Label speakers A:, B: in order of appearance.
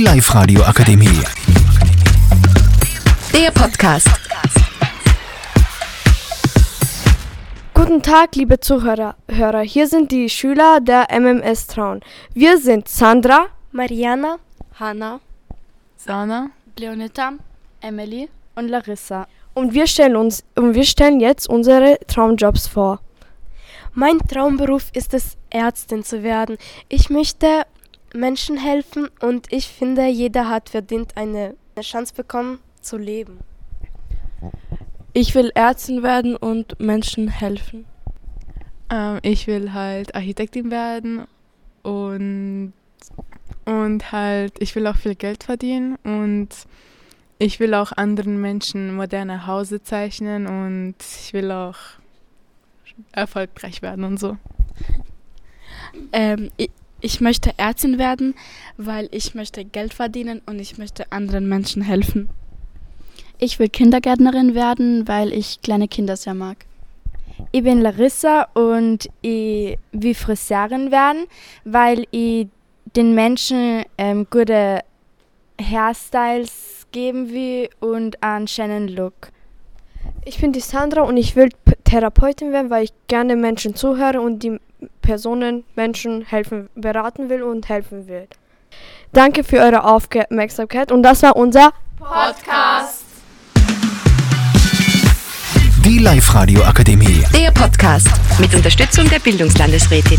A: Live Radio Akademie.
B: Der Podcast.
C: Guten Tag, liebe Zuhörer. Hörer. Hier sind die Schüler der MMS Traun. Wir sind Sandra,
D: Mariana,
E: Hanna,
F: Sana,
E: Leonetta, Emily
G: und Larissa.
C: Und wir stellen uns und wir stellen jetzt unsere Traumjobs vor.
D: Mein Traumberuf ist es, Ärztin zu werden. Ich möchte Menschen helfen und ich finde, jeder hat verdient eine Chance bekommen zu leben.
H: Ich will Ärztin werden und Menschen helfen.
F: Ähm, ich will halt Architektin werden und, und halt, ich will auch viel Geld verdienen und ich will auch anderen Menschen moderne Hause zeichnen und ich will auch erfolgreich werden und so.
G: Ähm, ich, ich möchte Ärztin werden, weil ich möchte Geld verdienen und ich möchte anderen Menschen helfen.
I: Ich will Kindergärtnerin werden, weil ich kleine Kinder sehr mag.
J: Ich bin Larissa und ich will Friseurin werden, weil ich den Menschen ähm, gute Hairstyles geben will und einen schönen Look.
C: Ich bin die Sandra und ich will Therapeutin werden, weil ich gerne Menschen zuhöre und die Personen, Menschen helfen, beraten will und helfen will. Danke für eure Aufmerksamkeit und das war unser
K: Podcast.
A: Die Live-Radio Akademie.
B: Der Podcast mit Unterstützung der Bildungslandesrätin.